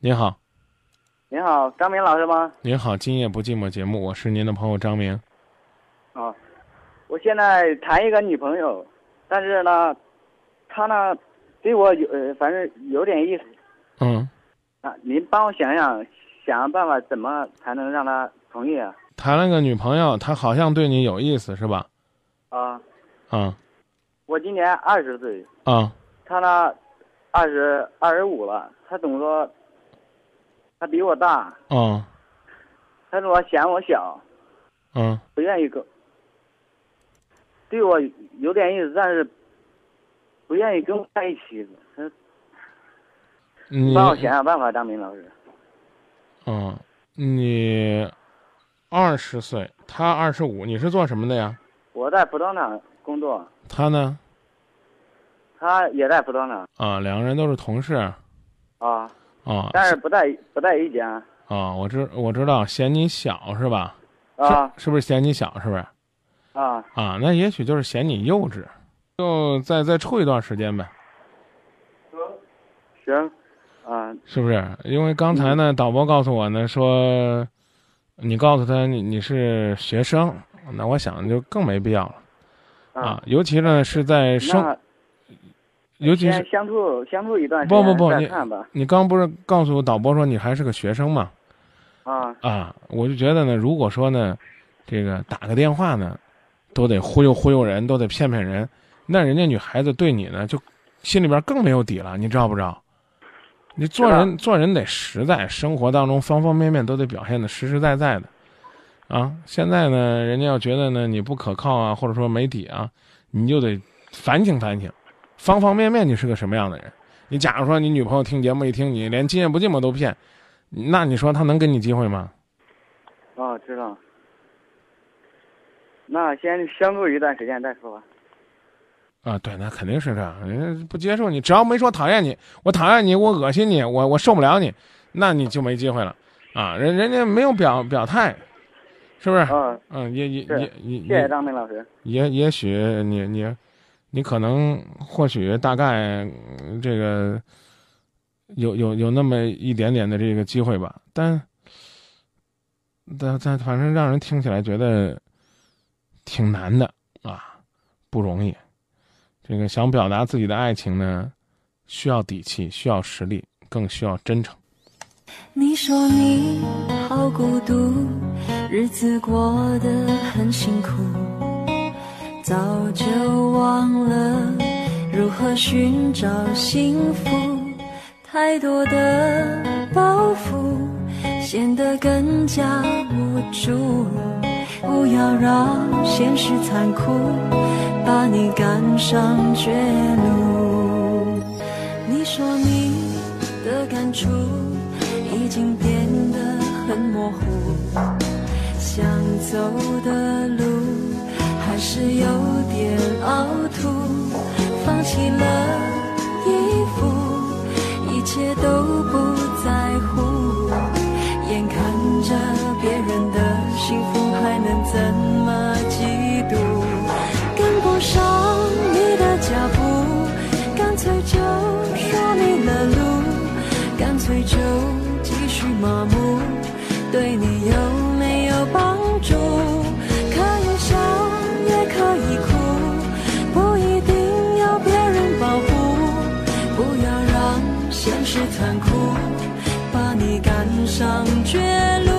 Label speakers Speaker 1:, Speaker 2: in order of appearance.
Speaker 1: 您好，
Speaker 2: 您好，张明老师吗？
Speaker 1: 您好，今夜不寂寞节目，我是您的朋友张明。
Speaker 2: 啊，我现在谈一个女朋友，但是呢，她呢对我有，呃反正有点意思
Speaker 1: 嗯，
Speaker 2: 啊。您帮我想想，想想办法怎么才能让她同意啊？
Speaker 1: 谈了个女朋友，她好像对你有意思是吧？
Speaker 2: 啊，
Speaker 1: 啊
Speaker 2: 我今年二十岁，
Speaker 1: 啊
Speaker 2: 她呢二十二十五了，她总说她比我大，
Speaker 1: 啊
Speaker 2: 她说嫌我小，
Speaker 1: 嗯
Speaker 2: 不愿意跟，对我有点意思，但是不愿意跟我在一起。她
Speaker 1: 你
Speaker 2: 帮我想想办法，张明老师。
Speaker 1: 嗯，你二十岁，她二十五，你是做什么的呀？
Speaker 2: 我在服装厂工作，
Speaker 1: 她呢？
Speaker 2: 他也在服装厂
Speaker 1: 啊，两个人都是同事啊
Speaker 2: 啊，
Speaker 1: 啊
Speaker 2: 但是不在不在一家
Speaker 1: 啊！我知我知道，嫌你小是吧？
Speaker 2: 啊
Speaker 1: 是是不是嫌你小？是不是？
Speaker 2: 啊
Speaker 1: 啊，那也许就是嫌你幼稚，就再再处一段时间呗，
Speaker 2: 行啊
Speaker 1: 是不是？因为刚才呢，导播告诉我呢，说你告诉他你你是学生，那我想就更没必要了啊。尤其呢是在生，
Speaker 2: 那
Speaker 1: 尤其
Speaker 2: 先
Speaker 1: 是
Speaker 2: 相处相处一段时
Speaker 1: 不
Speaker 2: 间
Speaker 1: 不不，
Speaker 2: 再
Speaker 1: 你
Speaker 2: 看吧
Speaker 1: 你刚不是告诉导播说你还是个学生吗？
Speaker 2: 啊
Speaker 1: 啊，我就觉得呢，如果说呢，这个打个电话呢，都得忽悠忽悠人，都得骗骗人，那人家女孩子对你呢，就心里边更没有底了，你知道不知道？你做
Speaker 2: 是
Speaker 1: 人做人得实在，生活当中方方面面都得表现的实实在在的，啊，现在呢，人家要觉得呢你不可靠啊，或者说没底啊，你就得反省反省，方方面面你是个什么样的人。你假如说你女朋友听节目一听你连今夜不寂寞都骗，那你说她能给你机会吗？
Speaker 2: 啊知道。那先相处一段时间再说吧。
Speaker 1: 啊，对，那肯定是这样。人家不接受你，只要没说讨厌你，我讨厌你，我恶心你，我我受不了你，那你就没机会了啊！人人家没有表表态，是不是？
Speaker 2: 啊，
Speaker 1: 嗯，也也
Speaker 2: 是
Speaker 1: 也也
Speaker 2: 谢谢
Speaker 1: 也
Speaker 2: 张明老师。
Speaker 1: 也也许你你你可能或许大概嗯这个有有有那么一点点的这个机会吧，但但但反正让人听起来觉得挺难的啊，不容易。这个想表达自己的爱情呢，需要底气，需要实力，更需要真诚。
Speaker 3: 你说你好孤独，日子过得很辛苦，早就忘了如何寻找幸福。太多的包袱显得更加无助，不要让现实残酷把你赶上绝路。你说你的感触已经变得很模糊，想走的路还是有点凹凸，放弃了衣服，一切都不在乎，眼看着别人的幸福还能怎么嫉妒？跟不上你的脚步。干脆就说迷了路，干脆就继续麻木，对你有没有帮助？可以笑，也可以哭，不一定要别人保护，不要让现实残酷把你赶上绝路。